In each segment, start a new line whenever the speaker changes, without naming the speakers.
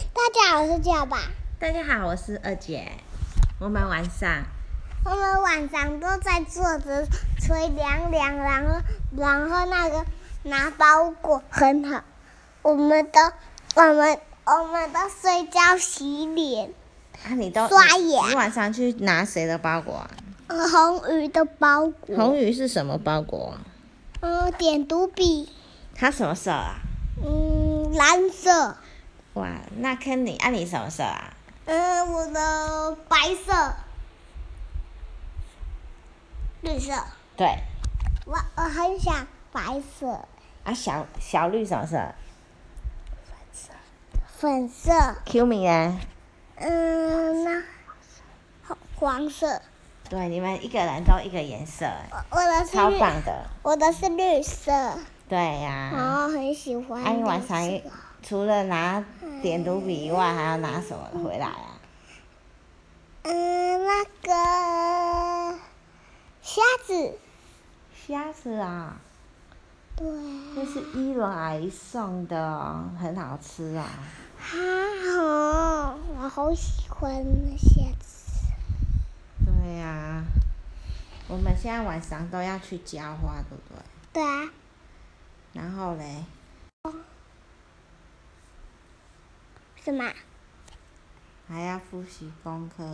家好，我是叫吧。
大家好，我是二姐。我们晚上啊
我们晚上都在坐着吹凉凉，然后然后那个拿包裹很好。我们都我们我们都睡觉洗脸，
啊，你都
刷牙
你晚上去拿谁的包裹啊？
红鱼的包裹，
红鱼是什么包裹啊？
嗯，点读笔，
它什么色啊？
嗯，蓝色，
哇，那坑你啊，你什么色啊？
嗯，我的白色，绿色，
对，
我我很想白色。
啊，小小绿什么色
粉色，
？Q 啊米呢？
嗯，那黄色。
对，你们一个人都一个颜色，
我我的是
超
绿，
棒的。
我的是绿色，
对呀、
然后很喜欢。
啊，你晚上除了拿点读笔以外，还要拿什么回来啊？
嗯，那个啊虾子，
虾子啊，
对，啊
这是一轮阿姨送的哦，很好吃啊、
还好，我好喜欢虾子。
对呀、我们现在晚上都要去浇花，对不对？
对啊，
然后嘞，
什么？
还要复习功课。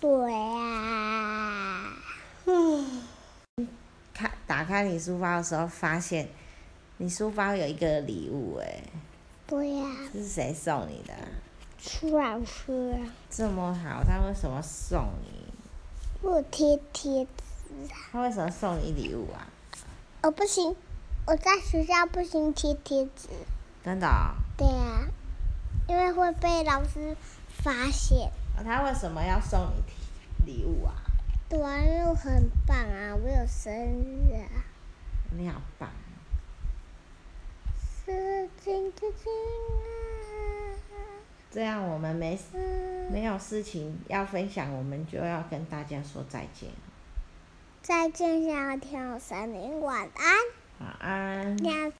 对啊，嗯，
看，打开你书包的时候，发现你书包有一个礼物，哎，
对呀、
这是谁送你的啊？
出老师，
这么好，他为什么送你？
我贴贴纸。
他为什么送你礼物啊？
我哦不行，我在学校不行贴贴纸。
真的哦、
对啊，因为会被老师发现。
哦他为什么要送你礼物啊？
对啊，因为我很棒啊，我有生日啊，
你好棒，
是金金金啊，
这样我们没
嗯，
没有事情要分享，我们就要跟大家说再见。
再见，想要听我森林，晚安，
晚安。
两。